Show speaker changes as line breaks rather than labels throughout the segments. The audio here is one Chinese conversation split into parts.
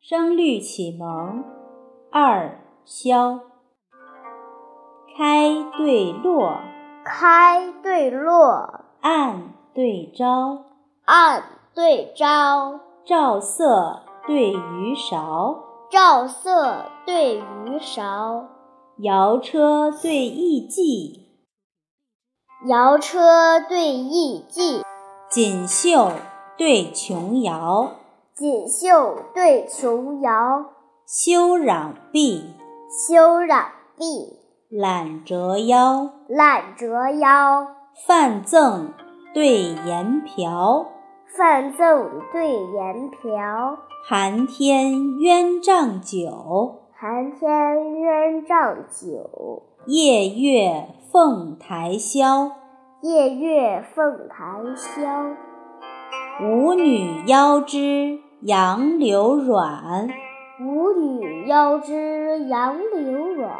声律启蒙二萧，开对落，
开对落，
暗对朝，
暗对朝，
照色对鱼勺，
照色对鱼勺，
摇车对艺伎，
摇车对艺伎，
锦绣对琼瑶，
锦绣对琼瑶，
修攘臂，
修攘臂，
懒折腰，
懒折腰，
泛赠对盐瓢，
泛赠对盐瓢，
寒天鸳帐酒，
寒天鸳帐酒，
夜月凤台箫。
夜月凤台箫，
舞女腰肢杨柳软，
舞女腰肢杨柳软，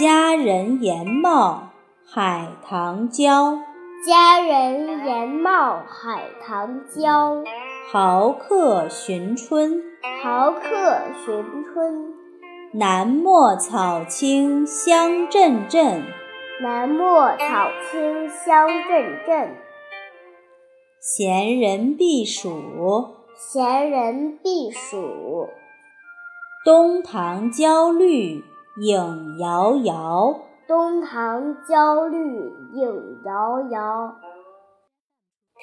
佳人颜貌海棠娇，
佳人颜貌海棠娇，
豪客寻春。
豪客寻春。
南陌草青香阵阵，
南陌草青香阵阵，
闲人避暑。
闲人避暑。
东堂焦绿影摇摇，
东堂焦绿影摇摇，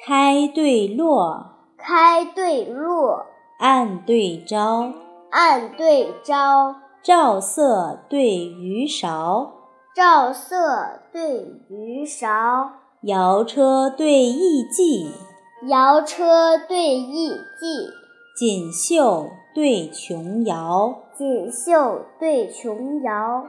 开对落，
开对落，
暗对朝，
暗对朝，
照色对鱼勺，
照色对鱼勺，
摇车对艺伎，
摇车对艺伎，
锦绣对琼瑶，
锦绣对琼瑶，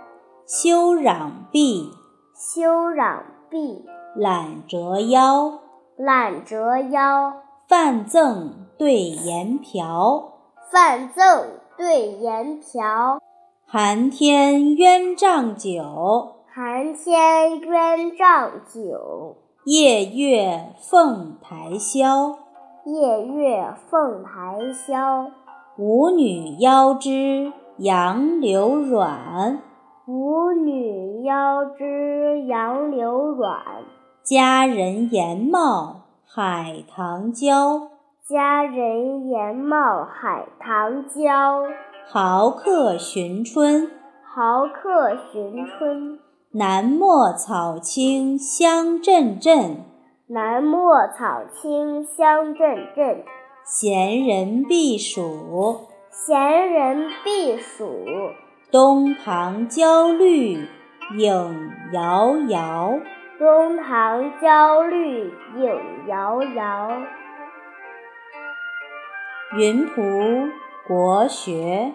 修攘臂，
修攘臂，
懒折腰，
懒折腰，
泛赠对盐瓢。
泛赠对盐瓢，
寒天鸳帐酒，
寒天鸳帐酒。
夜月凤台箫。
夜月凤台箫，
舞女腰肢杨柳软，
舞女腰肢杨柳软。
佳人颜貌海棠娇。
佳人颜貌海棠娇，
豪客寻春，
豪客寻春。
南陌草青香阵阵。
南陌草青香阵阵，
闲人避暑，
闲人避暑。
东堂焦绿影摇摇。
东堂焦绿影摇摇。
云浦国学。